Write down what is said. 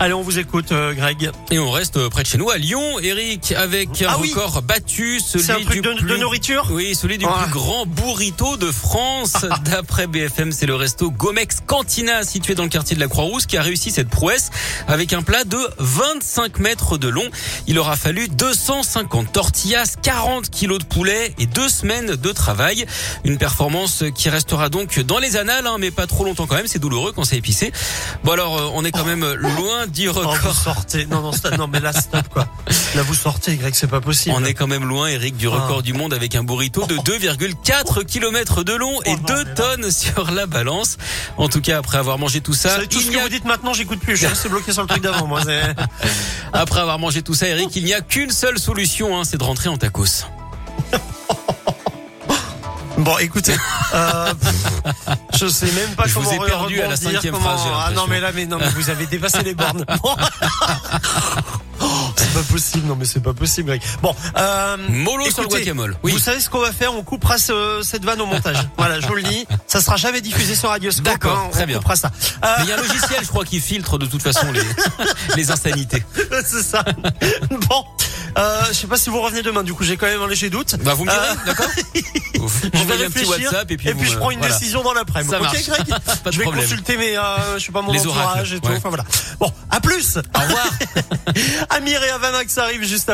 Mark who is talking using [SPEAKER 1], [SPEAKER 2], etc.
[SPEAKER 1] Allez, on vous écoute, euh, Greg.
[SPEAKER 2] Et on reste euh, près de chez nous, à Lyon, Eric, avec un
[SPEAKER 1] Ah oui.
[SPEAKER 2] record battu, celui
[SPEAKER 1] C'est un truc
[SPEAKER 2] du
[SPEAKER 1] de,
[SPEAKER 2] plus...
[SPEAKER 1] de nourriture
[SPEAKER 2] Oui, celui du
[SPEAKER 1] Ah.
[SPEAKER 2] plus grand burrito de France. D'après BFM, c'est le resto Gomex Cantina, situé dans le quartier de la Croix-Rousse, qui a réussi cette prouesse avec un plat de 25 mètres de long. Il aura fallu 250 tortillas, 40 kilos de poulet et deux semaines de travail. Une performance qui restera donc dans les annales, hein, mais pas trop longtemps quand même. C'est douloureux quand c'est épicé. Bon alors, euh, on est quand même loin du
[SPEAKER 1] Oh,
[SPEAKER 2] record.
[SPEAKER 1] vous sortez. Non, non, stop. non, mais là, stop, quoi. Là, vous sortez, Greg, c'est pas possible.
[SPEAKER 2] On est quand même loin, Eric, du record du monde avec un burrito de 2,4 km de long
[SPEAKER 1] Oh
[SPEAKER 2] et
[SPEAKER 1] non,
[SPEAKER 2] 2
[SPEAKER 1] mais là.
[SPEAKER 2] tonnes sur la balance. En tout cas, après avoir mangé tout ça,
[SPEAKER 1] Vous savez, tout
[SPEAKER 2] il
[SPEAKER 1] ce
[SPEAKER 2] n'y
[SPEAKER 1] que
[SPEAKER 2] a-
[SPEAKER 1] vous dites maintenant, j'écoute plus. Je suis resté bloqué sur le truc d'avant, moi. c'est-
[SPEAKER 2] après avoir mangé tout ça, Eric, il n'y a qu'une seule solution, hein, c'est de rentrer en tacos.
[SPEAKER 1] Bon, écoutez, euh, pff, je sais même pas
[SPEAKER 2] Je
[SPEAKER 1] comment
[SPEAKER 2] vous ai perdu à la
[SPEAKER 1] rebondir,
[SPEAKER 2] cinquième
[SPEAKER 1] comment-
[SPEAKER 2] phrase, j'ai
[SPEAKER 1] Ah non,
[SPEAKER 2] l'impression.
[SPEAKER 1] mais là, mais non, mais vous avez dépassé les bornes. Bon. Oh, c'est pas possible, non, mais c'est pas possible, Greg. Bon, euh,
[SPEAKER 2] Mollo sur le
[SPEAKER 1] écoutez,
[SPEAKER 2] guacamole. Oui.
[SPEAKER 1] Vous savez ce qu'on va faire On coupera ce- cette vanne au montage. voilà, je vous le dis. Ça sera jamais diffusé sur Radio Scoop,
[SPEAKER 2] D'accord,
[SPEAKER 1] hein, on
[SPEAKER 2] très bien.
[SPEAKER 1] coupera ça. Euh,
[SPEAKER 2] Mais il y a un logiciel, je crois, qui filtre de toute façon les, les insanités.
[SPEAKER 1] c'est ça. Bon, euh, je sais pas si vous revenez demain. Du coup, j'ai quand même un léger doute.
[SPEAKER 2] Bah, vous me direz,
[SPEAKER 1] Euh,
[SPEAKER 2] d'accord Vous
[SPEAKER 1] Je vais
[SPEAKER 2] m'envoyez un petit
[SPEAKER 1] réfléchir
[SPEAKER 2] WhatsApp et puis, vous
[SPEAKER 1] je
[SPEAKER 2] me-
[SPEAKER 1] prends une
[SPEAKER 2] voilà.
[SPEAKER 1] décision dans l'après-midi.
[SPEAKER 2] Ça
[SPEAKER 1] Ok,
[SPEAKER 2] marche.
[SPEAKER 1] Greg
[SPEAKER 2] Pas de
[SPEAKER 1] je vais
[SPEAKER 2] problème.
[SPEAKER 1] consulter mes, euh, je sais pas mon
[SPEAKER 2] Les oracles,
[SPEAKER 1] entourage et tout.
[SPEAKER 2] ouais.
[SPEAKER 1] Enfin voilà. Bon, à plus.
[SPEAKER 2] Au revoir.
[SPEAKER 1] Amir et Avamax arrivent juste après.